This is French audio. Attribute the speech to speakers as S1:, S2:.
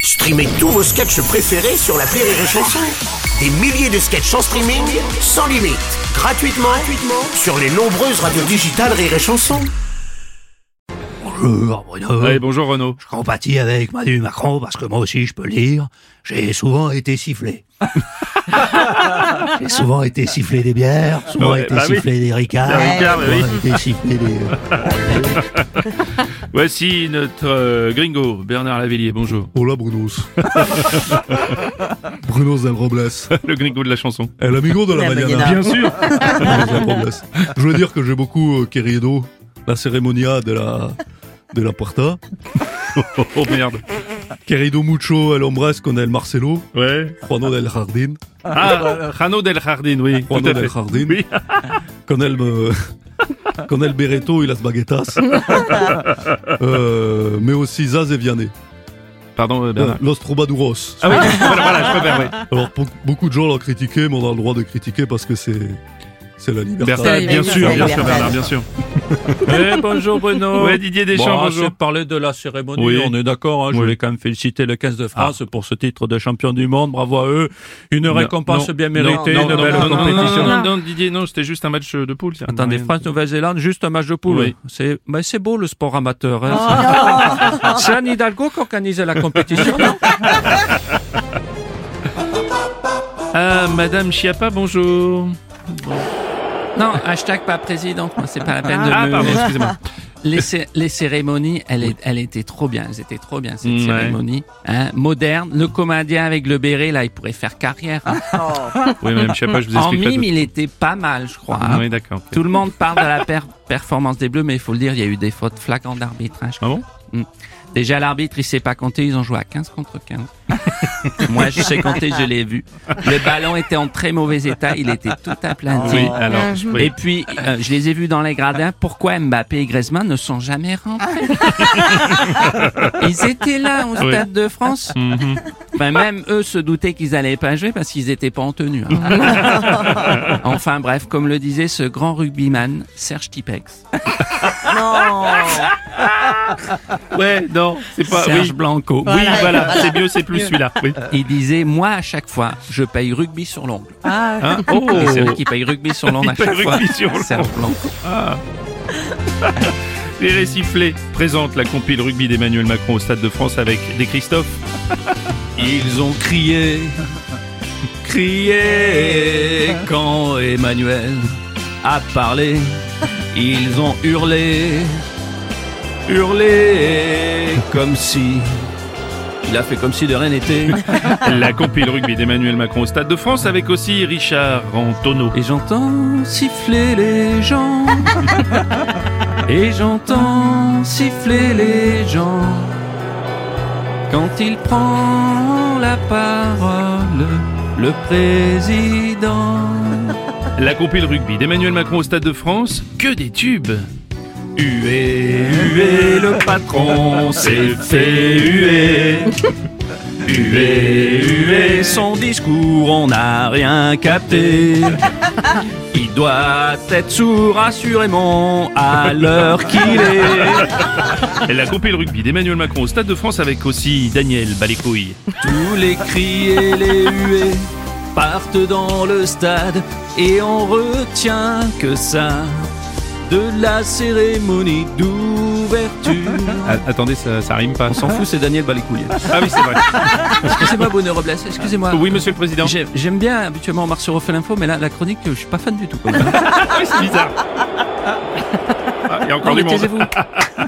S1: Streamez tous vos sketchs préférés sur la Rire et Chanson. Des milliers de sketchs en streaming, sans limite, gratuitement, gratuitement sur les nombreuses radios digitales Rire et Chanson.
S2: Bonjour
S3: Hein
S2: Bruno,
S4: Ouais, bonjour Renaud.
S2: je Euh, ah, compatis avec Manu Macron parce que moi aussi je peux le dire, j'ai souvent été sifflé. j'ai souvent été sifflé des bières, souvent
S4: Ouais,
S2: été
S4: bah oui.
S2: sifflé des ricards,
S4: Des ricards, bah
S2: souvent été sifflé des... euh,
S4: Voici notre euh, gringo, Bernard Lavillier, bonjour.
S3: Hola Brunos. Brunos del Robles.
S4: Le gringo de la chanson.
S3: El amigo de la Mariana.
S4: Bien sûr
S3: Brunos del Robles. Je veux dire que j'ai beaucoup euh, querido la cérémonia de la, de la Puerta.
S4: Oh, oh, merde. querido.
S3: Do mucho el hombres con el Marcelo.
S4: Ouais.
S3: Juano del Jardín.
S4: Ah, Rano del Jardin, oui.
S3: Rano
S4: tout à
S3: del
S4: fait.
S3: Jardin.
S4: Oui.
S3: Con el, euh, con el Bereto y las baguetas. Euh, mais aussi Zaz et Vianney.
S4: Pardon euh, Bernard.
S3: Los troubadours.
S4: Ah oui, voilà, voilà, je préfère, oui.
S3: Alors, pour- beaucoup de gens l'ont critiqué, mais on a le droit de critiquer parce que c'est, c'est la liberté.
S4: Bernard, bien sûr, bien sûr, Bernard, bien sûr.
S5: Eh, bonjour Bruno.
S4: Ouais, Didier Deschamps, bonjour.
S5: parler de la cérémonie,
S4: Oui.
S5: on est d'accord. hein, Je
S4: Oui. Ah.
S5: voulais quand même féliciter le 15 de France pour ce titre de champion du monde. Bravo à eux. Une récompense
S4: non,
S5: bien
S4: non,
S5: méritée,
S4: non,
S5: une
S4: non,
S5: belle
S4: non, non,
S5: compétition.
S4: Non, non, non, Didier, non, c'était juste un match euh, de poule. tiens.
S5: Attendez,
S4: Ouais.
S5: France, Nouvelle-Zélande, juste un match de poule.
S4: Oui.
S5: C'est, mais c'est beau le sport amateur. Hein,
S6: Oh,
S5: ça. c'est Anne Hidalgo qui organisait la compétition. non
S4: Ah, Madame Chiappa, bonjour.
S6: Non, hashtag pas président, c'est pas la peine de
S4: Ah,
S6: me...
S4: pardon, excusez-moi.
S6: les, cé- les cérémonies, elles, est- elles étaient trop bien, elles étaient trop bien cette
S4: Ouais.
S6: cérémonie. Hein, moderne, le comédien avec le béret, là, il pourrait faire carrière. hein.
S4: Oui, Madame Chiappa, je vous
S6: En
S4: explique. la
S6: mime, il était pas mal, je crois. hein.
S4: Ah, Oui, d'accord.
S6: Tout le monde parle de la per- performance des Bleus, mais il faut le dire, il y a eu des fautes flagrantes d'arbitre. hein, je
S4: Ah bon
S6: Déjà, l'arbitre, il sait pas compter, ils ont joué à 15 contre 15. Moi, je sais compter, je l'ai vu. Le ballon était en très mauvais état, il était tout aplati.
S5: Ah,
S4: Oui, alors, je- oui.
S6: Et puis, euh, je les ai vus dans les gradins. Pourquoi Mbappé et Griezmann ne sont jamais rentrés Ils étaient là au
S4: Oui.
S6: Stade de France.
S4: Mhm.
S6: Ben, même eux se doutaient qu'ils allaient pas jouer parce qu'ils étaient pas en tenue. hein. enfin bref, comme le disait ce grand rugbyman, Serge Tipex.
S4: Ouais, non, c'est pas.
S6: Serge
S4: Bah Oui,
S6: Blanco.
S4: Oui, voilà, Euh, c'est mieux, c'est plus celui-là. Oui.
S6: Il disait, moi à chaque fois, je paye rugby sur l'ongle.
S4: Hein oh,
S6: Et c'est vrai qu'il paye rugby sur l'ongle à
S4: Il paye
S6: chaque fois.
S4: rugby sur l'ongle.
S6: Serge Blanco.
S4: Les Réciflés présentent la compile rugby d'Emmanuel Macron au Stade de France avec des Christophe.
S5: Ils ont crié, crié quand Emmanuel a parlé. Ils ont hurlé, hurlé comme si. Il a fait comme si de rien n'était.
S4: La compile rugby d'Emmanuel Macron au Stade de France avec aussi Richard Antonneau.
S5: Et j'entends siffler les gens. Et j'entends siffler les gens. Quand il prend la parole, le président.
S4: La compile rugby d'Emmanuel Macron au Stade de France, que des tubes.
S5: Hué, hué, le patron s'est fait huer. Hué, hué, son discours, on n'a rien capté. Il doit être sourd, assurément, à l'heure qu'il est.
S4: La compile rugby d'Emmanuel Macron au Stade de France avec aussi Daniel Balécouille.
S5: Tous les cris et les huées partent dans le stade et on retient que ça de la cérémonie d'ouverture.
S4: Ah, Attendez, ça, ça rime pas.
S5: On s'en fout, c'est Daniel Balécoulier.
S4: Ah oui, c'est vrai.
S6: Excusez-moi, Bruno Robles, excusez-moi.
S4: Oui, monsieur le président.
S6: J'ai-
S5: J'aime bien habituellement Marceau refait l'info, mais là, la chronique, je suis pas fan du tout.
S4: Ah oui, c'est bizarre. Ah, Il y a encore du monde.
S5: taisez-vous.